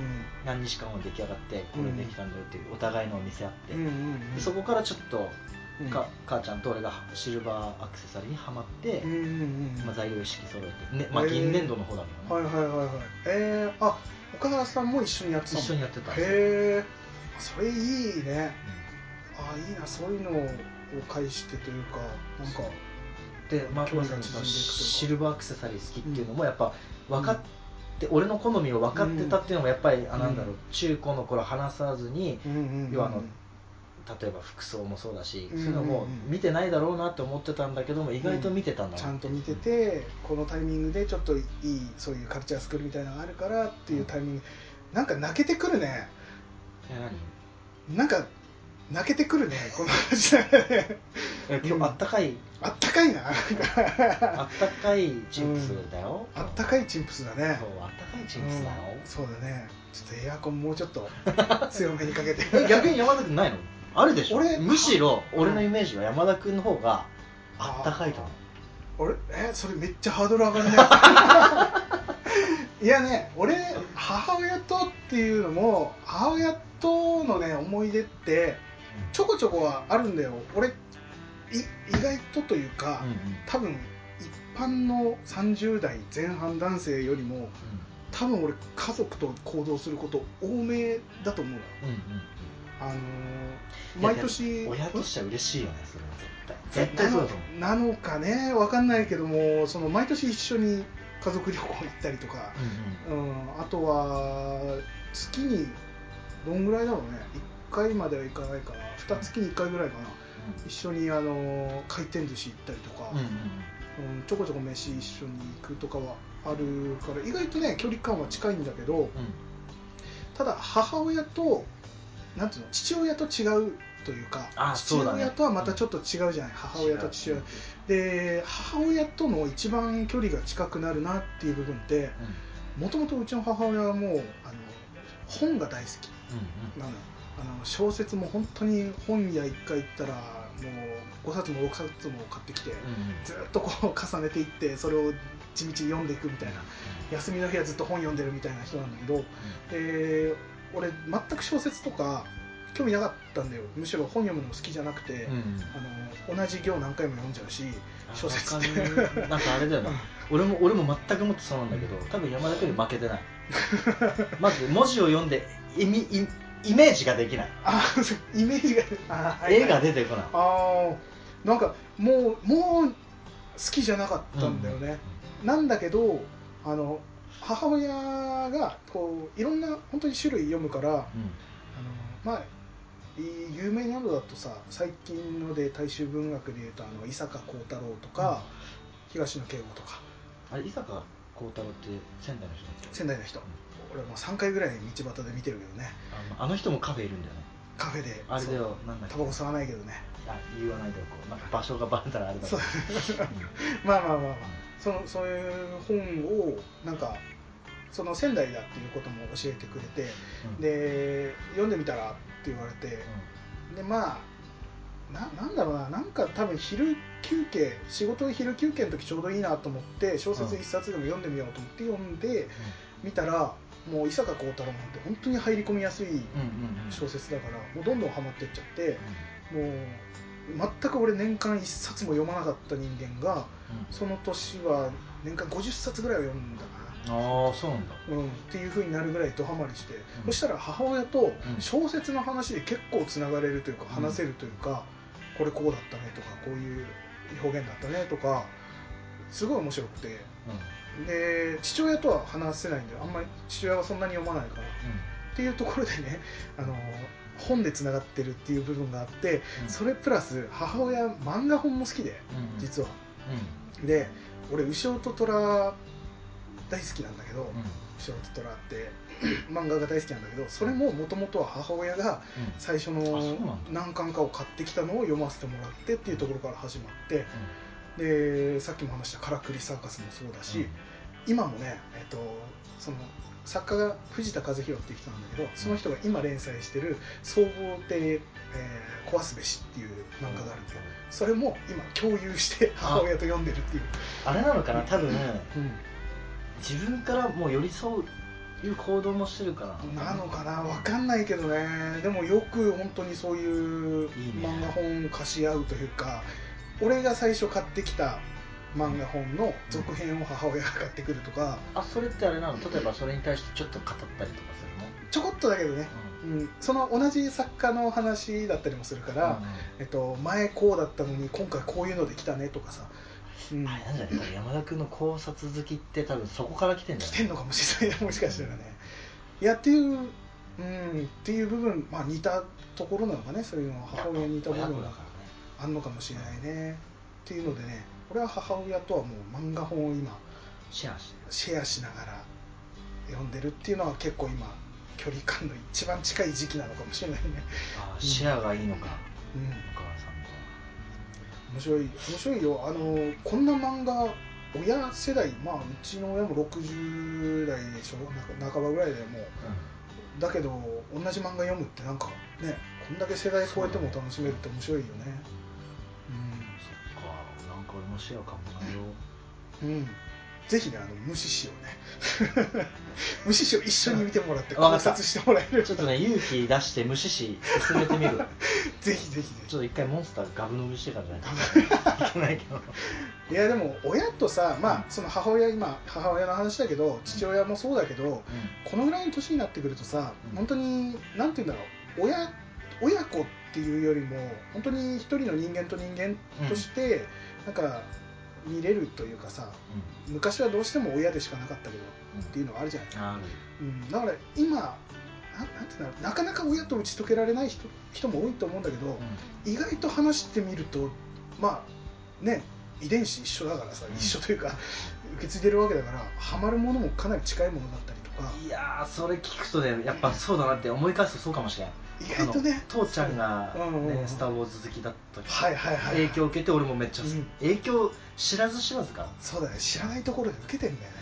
何日間も出来上がってこ
う
れ
ん
できたんだよっていうお互いのお店あって、
うんうんうん
でそこからちょっと、
うん
か母ちゃんと俺がシルバーアクセサリーにはまって、
うんうんうん
まあ、材料一式揃えて、ねまあ、
へー
銀粘土の方だけど
は
ね、
いはいはいはいえー、あ岡田さんも一緒にやってた
一
の
緒にやってたんですよ
へえそれいいね
うん
あーいいなそういうのを介してというかなんか
で、まあ、
興味
さ
が縮ん
ん
でいくというか
シルバーアクセサリー好きっていうのもやっぱ分かって、俺の好みを分かってたっていうのもやっぱり、あなんだろう
うん
中高の頃話さずに
うんうんうん
要はあの例えば服装もそうだし、
うん
そういうのも見てないだろうなって思ってたんだけども意外と見てたんだな
ちゃんと見ててこのタイミングでちょっといいそういうカルチャースクールみたいなのがあるからっていうタイミングなんか泣けてくるね
え何
なんか泣けてくるねこの話 だからね
え今日あったかい、
あったかいななんか
あったかいチップスだよ、
あったかいチンプスだね
そうあったかいチップスだよ、
うんそうだねちょっとエアコンもうちょっと強めにかけて
え逆に山田君ないのあるでしょ
俺
むしろ
うん
俺のイメージは山田君の方が あったかいと思う
俺えそれめっちゃハードル上 がるねいやね俺母親とっていうのも母親とのね思い出ってちょこちょこはあるんだよ俺い意外とというか、
うんうんうん
多分一般の30代前半男性よりも多分俺家族と行動すること多めだと思うの
うんうんうん
あのー
いや
毎年
でも親としては嬉しいよねそれは絶対
な
絶対そう
の
だと思う
なのかね分かんないけどもその毎年一緒に家族旅行行ったりとか、うん、あとは月にどんぐらいだろうね1回まではいかないかな2月に1回ぐらいかな一緒にあの回転寿司行ったりとか、
うんうんうん
うんちょこちょこ飯一緒に行くとかはあるから意外とね距離感は近いんだけどただ母親となんていうの父親と違うというか
あ
父
そうだね
親とはまたちょっと違うじゃない、母親と父
う
親
ん
で母親との一番距離が近くなるなっていう部分ってもともとうちの母親はもうあの本が大好きなのよあの小説も本当に本屋1回行ったらもう5冊も6冊も買ってきてずっとこう重ねていってそれを地道に読んでいくみたいな休みの日はずっと本読んでるみたいな人なんだけど、で俺全く小説とか興味なかったんだよむしろ本読むの好きじゃなくて、
うんうん
あの同じ行何回も読んじゃうし
あ
小説
わかるなんかあれだよな俺も俺も全くもってそうなんだけど多分山田君に負けて ないまず文字を読んで意味イイメージができない
あイメージがあはい
絵が出てこない
あーなんかもうもう好きじゃなかったんだよね、なんだけどあの母親がこういろんな本当に種類読むから
うんうん
あのまあい有名なのだとさ最近ので大衆文学でいうとあの伊坂幸太郎とか、東野圭吾とか
あれ伊坂幸太郎って仙台の人だっけ
仙台の人俺もう3回ぐらい道端で見てるけどね
あのあの人もカフェいるんだよね
カフェで
あれだ
そう
よなんだっけ
タバコ吸わないけどね
あ言わないでおこうなんか場所がバレたらあれだ
そうまあまあまあまあそのそういう本をなんかその仙台だっていうことも教えてくれて
で、
で読んでみたらって言われてでまあななんだろうななんか多分昼休憩仕事昼休憩の時ちょうどいいなと思って小説
うん
一冊でも読んでみようと思って読んで見たらもう伊坂幸太郎なんて本当に入り込みやすい
うんうんうんうん
小説だからもうどんどんハマってっちゃってもう全く俺年間一冊も読まなかった人間がその年は年間50冊ぐらいは読んだか
ああそうなんだ
な、うん、っていう風になるぐらいドハマりして、
ん
そしたら母親と
うん
小説の話で結構つながれるというか
うん
話せるというか、これこうだったねとかこういう表現だったねとかすごい面白くてで父親とは話せないんであんまり父親はそんなに読まないからっていうところでねあの本でつながってるっていう部分があってそ
れ
れプラス母親漫画本も好きで実は。で俺牛尾と虎大好きなんだけど、牛尾と虎って 漫画が大好きなんだけどそれももともとは母親が最初
あそうな
の
んだ
何巻かを買ってきたのを読ませてもらってっていうところから始まってでさっきも話した「からくりサーカス」もそうだし、今もね、えっと、その作家が藤田和弘っていう人なんだけどその人が今連載してる「総合亭、えー壊すべし」っていう漫画があるんだよそれも今共有して
あ
母親と読んでるっていう、
あれなのかな多分自分からもう寄り添ういう行動もしてるから
なのかなわかんないけどねでもよく本当にそういう
いいね
漫画本を貸し合うというか俺が最初買ってきた漫画本の続編を母親が買ってくるとか
あそれってあれなの例えばそれに対してちょっと語ったりとかするの
ちょこっとだけどね、うん、その同じ作家の話だったりもするから、えっと、前こうだったのに今回こういうのできたねとかさ、うん、
あれなんじゃない多分山田君の考察好きって多分そこから来てんじゃ
来
ない
てんのかもしれないねもしかしたらねいやっていう、うん、っていう部分、まあ、似たところなのかねそういうのは母親に似た部
親
分
子だ
が
からね
あんのかもしれないねっていうのでね俺は母親とはもう漫画本を今
シェアして
シェアしながら読んでるっていうのは結構今距離感の一番近い時期なのかもしれないね、
あーシェアがいいのか
うん
お母さんと
面白い面白いよあのこんな漫画親世代まあうちの親も60代でしょな半ばぐらいでもうだけど同じ漫画読むってなんかねこんだけ世代超えても楽しめるって面白いよね
そっかなんか俺もシェア考えよう
うん、うん、ぜひねあの無視しようね 無視しよう一緒に見てもらって
わか
考
った
察してもらえる
ちょっとね勇気出して無視し進めてみる
ぜひぜひぜ
ち
ひ
ょっと一回モンスターガブ飲みしてからじ ゃないといけないけど
いやでも親とさまあその母親今母親の話だけど父親もそうだけどこのぐらいの年になってくるとさ、
うん
本当になんて言うんだろう親親子っていうよりも本当に一人の人間と人間として、なんか見れるというかさ昔はどうしても親でしかなかったけどっていうのはあるじゃない、
あ
うん、だから今ななんて言うんだろうなかなか親と打ち解けられない人人も多いと思うんだけど、
る
意外と話してみるとまあね遺伝子一緒だからさ、
うん
一緒というか受け継いでるわけだからハマるものもかなり近いものだったりとか
いやーそれ聞くとねやっぱそうだなって思い返すとそうかもしれん
意外とね
あの父ちゃんが、
うんうんうん
ねスター・ウォーズ」好きだった時
はいはいはい
影響を受けて俺もめっちゃ好き、
うん
影響知らず知らずか
そうだね知らないところで受けてんだよね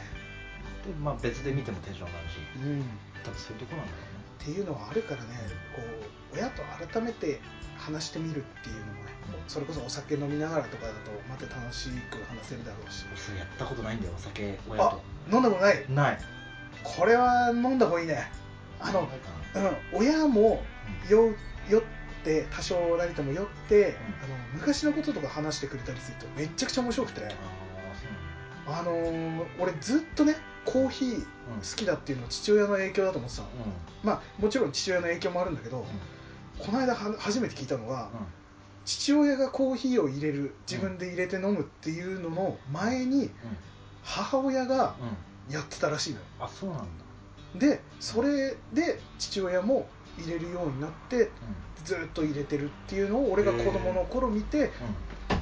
で、まあ、別で見てもテンション上がるし
うんっ
多分そういうとこなんだろ
ていうのはあるからねこう親と改めて話してみるっていうのもね
うん
それこそお酒飲みながらとかだとまた楽しく話せるだろうし
うねそれやったことないんだよお酒親
あ
と
飲んだことない
ない
これは飲んだ方がいいねあの、うん、親も酔酔って多少なりとも酔って、あの昔のこととか話してくれたりするとめっちゃくちゃ面白くて
ああそうなん
あのー俺ずっとねコーヒー
だ
好きだっていうのは父親の影響だと思ってたの
うんうん
まあもちろん父親の影響もあるんだけど、この間は初めて聞いたのは、父親がコーヒーを入れる自分で入れて飲むっていうのの前に母親が
うんうん
やってたらしいのよ
あそうなんだ
でそれで父親も入れるようになって
う
ずっと入れてるっていうのを俺が子供の頃見て、
んうん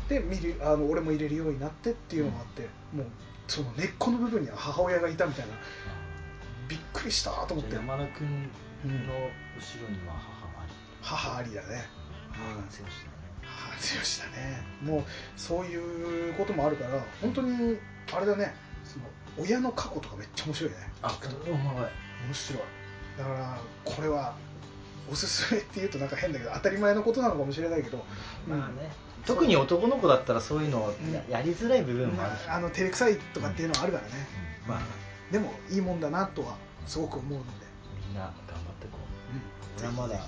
で見るあの俺も入れるようになってっていうのがあって、もうその根っこの部分には母親がいたみたいなびっくりしたと思って
じゃあ山田君
うん
の後ろには母あり
母ありだね
母強しだね
母強しだねもうそういうこともあるから本当にあれだねその親の過去とかめっちゃ面白いね
あ
聞くと
お前
面白いだからこれはおすすめっていうとなんか変だけど当たり前のことなのかもしれないけど、
まあね特に男の子だったらそういうのをや
う
やりづらい部分もあるし
あの照れくさいとかっていうのはあるからね、
うんまあ
でもいいもんだなとはすごく思うので、
みんな頑張ってこ
う
う
ん
俺はまだ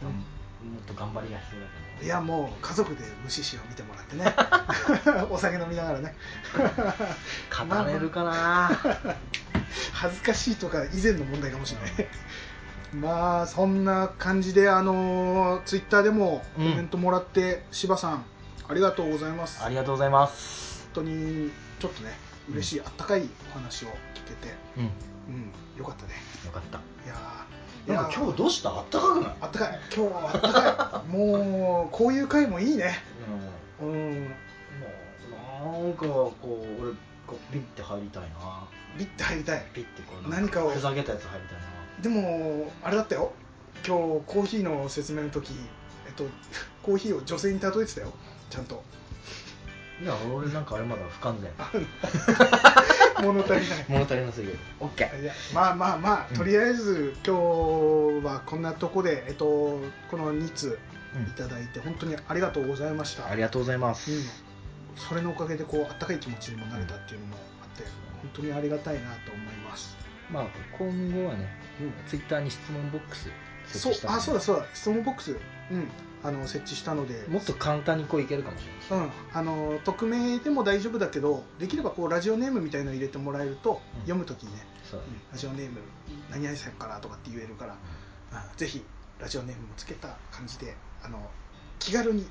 うん
もっと頑張りが必要だけど
いやもう家族で無視しよう見てもらってね お酒飲みながらね
語れるか な
恥ずかしいとか以前の問題かもしれない まあそんな感じであのツイッターでもコメントもらって、柴さんありがとうございます
あ
本
りがとうございます
当にちょっとね嬉しい、あったかいお話を聞けて、
うんよ
うん、よかったね
かった
いやー
なんか
いやー
今日どうしたあったかくない
あったかい今日はあったかい もうこういう回もいいねうん
もうなんかこう俺こうビッて入りたいな
ビッて入りたい
ピッてこう
何かを
ふざけたやつ入りたいな
でもあれだったよ今日コーヒーの説明の時えっとコーヒーを女性に例えてたよちゃんと
いや俺なんかあれまだ不完全
あ 物足りない
物足りなすぎる OK
いやまあまあま
う
あ
ん
とりあえず今日はこんなとこで、えっと、この2通
うん
いただいて本当にありがとうございました、
ありがとうございます、
うんそれのおかげでこうあったかい気持ちにもなれたっていうのもあって本当にありがたいなと思います、
まあ今後はね
うん、
ツイッターに質問ボックス設
そう
置したので
あそうだそうだ質問ボックス、うん、あの設置したので
もっと簡単にこういけるかもしれない
うん、あの匿名でも大丈夫だけどできればこうラジオネームみたいの入れてもらえると、
うん
読むときにね、
そうだ
う
ね
んラジオネーム何々さんからとかって言えるから、あぜひラジオネームもつけた感じであの気軽に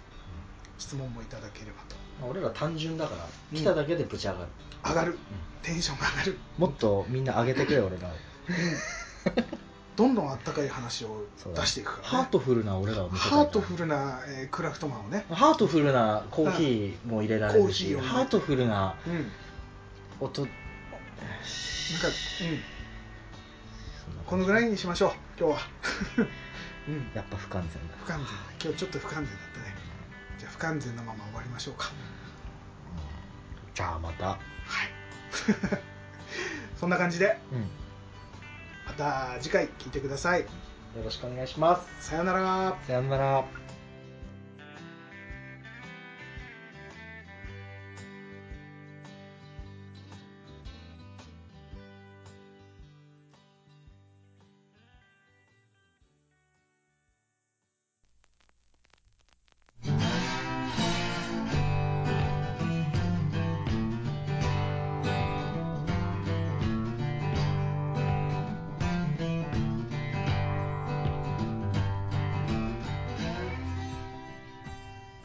質問もいただければと
まあ俺ら単純だから
うん
来ただけでぶち上がる、
上がる
うん
テンションが上がる
もっとみんな上げてくれ俺らを
どんどんあったかい話を
そうだ
出していくから、ね、
ハートフルな俺らを見せたい
ハートフルな、えークラフトマンをね、
ハートフルなコーヒーも入れられるし、
コーヒーをね
ハートフルな
うん、なんか、
音
うん、このぐらいにしましょう今日は うん
やっぱ不完全だ
不完全だ今日ちょっと不完全だったねじゃあ不完全なまま終わりましょうか
じゃあまた、
はいそんな感じでまた次回聞いてください
よろしくお願いします
さよなら
さよなら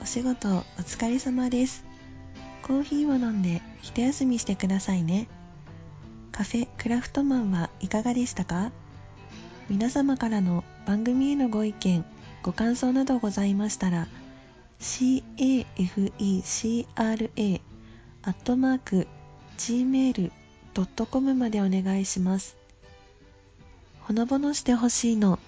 お仕事お疲れ様ですコーヒーを飲んで一休みしてくださいねカフェクラフトマンはいかがでしたか皆様からの番組へのご意見ご感想などございましたら cafecra アットマーク gmail.com までお願いしますほのぼのしてほしいの